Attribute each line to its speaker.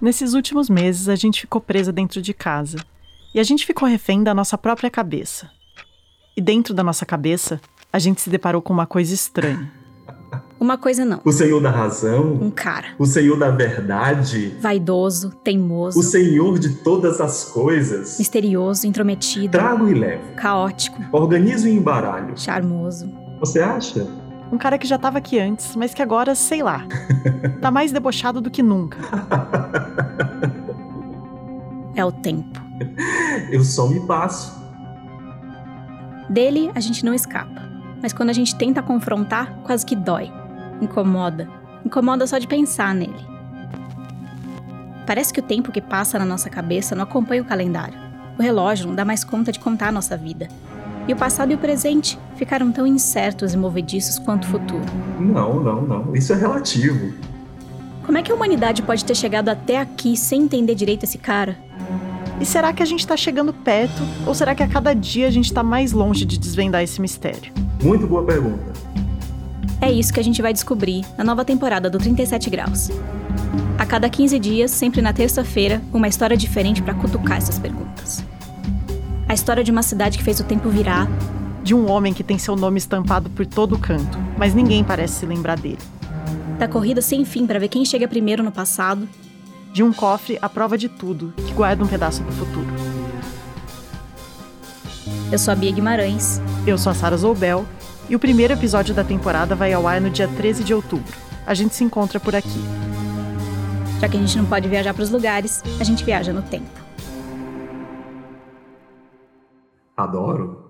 Speaker 1: Nesses últimos meses, a gente ficou presa dentro de casa. E a gente ficou refém da nossa própria cabeça. E dentro da nossa cabeça, a gente se deparou com uma coisa estranha.
Speaker 2: Uma coisa não.
Speaker 3: O Senhor da razão,
Speaker 2: Um cara.
Speaker 3: o Senhor da verdade,
Speaker 2: Vaidoso, teimoso,
Speaker 3: o Senhor de todas as coisas.
Speaker 2: misterioso, intrometido,
Speaker 3: Trago e levo,
Speaker 2: caótico,
Speaker 3: organizo e embaralho.
Speaker 2: charmoso.
Speaker 3: Você acha?
Speaker 1: Um cara que já tava aqui antes, mas que agora, sei lá, tá mais debochado do que nunca.
Speaker 2: É o tempo.
Speaker 3: Eu só me passo.
Speaker 2: Dele a gente não escapa. Mas quando a gente tenta confrontar, quase que dói. Incomoda. Incomoda só de pensar nele. Parece que o tempo que passa na nossa cabeça não acompanha o calendário. O relógio não dá mais conta de contar a nossa vida. E o passado e o presente ficaram tão incertos e movediços quanto o futuro.
Speaker 3: Não, não, não. Isso é relativo.
Speaker 2: Como é que a humanidade pode ter chegado até aqui sem entender direito esse cara?
Speaker 1: E será que a gente tá chegando perto? Ou será que a cada dia a gente tá mais longe de desvendar esse mistério?
Speaker 3: Muito boa pergunta.
Speaker 2: É isso que a gente vai descobrir na nova temporada do 37 Graus. A cada 15 dias, sempre na terça-feira, uma história diferente para cutucar essas perguntas. A história de uma cidade que fez o tempo virar,
Speaker 1: De um homem que tem seu nome estampado por todo canto, mas ninguém parece se lembrar dele.
Speaker 2: da corrida sem fim para ver quem chega primeiro no passado,
Speaker 1: De um cofre à prova de tudo, que guarda um pedaço do futuro.
Speaker 2: eu sou a Bia Guimarães.
Speaker 1: Eu sou a Sara Zoubel e o primeiro episódio da temporada vai ao ar no dia 13 de outubro. A gente se encontra por aqui.
Speaker 2: Já que a gente não pode viajar para os lugares, a gente viaja no tempo.
Speaker 3: Adoro.